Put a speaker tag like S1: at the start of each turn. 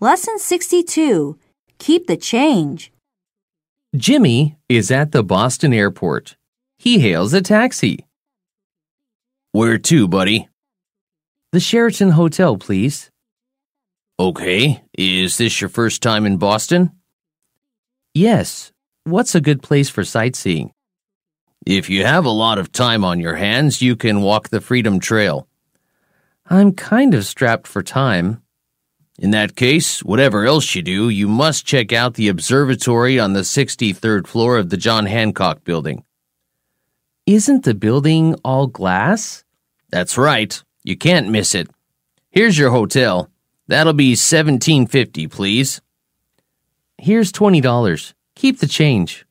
S1: Lesson 62 Keep the Change.
S2: Jimmy is at the Boston airport. He hails a taxi. Where to, buddy? The Sheraton Hotel, please. Okay. Is this your first time in Boston? Yes. What's a good place for sightseeing? If you have a lot of time on your hands, you can walk the Freedom Trail. I'm kind of strapped for time. In that case, whatever else you do, you must check out the observatory on the 63rd floor of the John Hancock building. Isn't the building all glass? That's right. You can't miss it. Here's your hotel. That'll be 1750, please. Here's $20. Keep the change.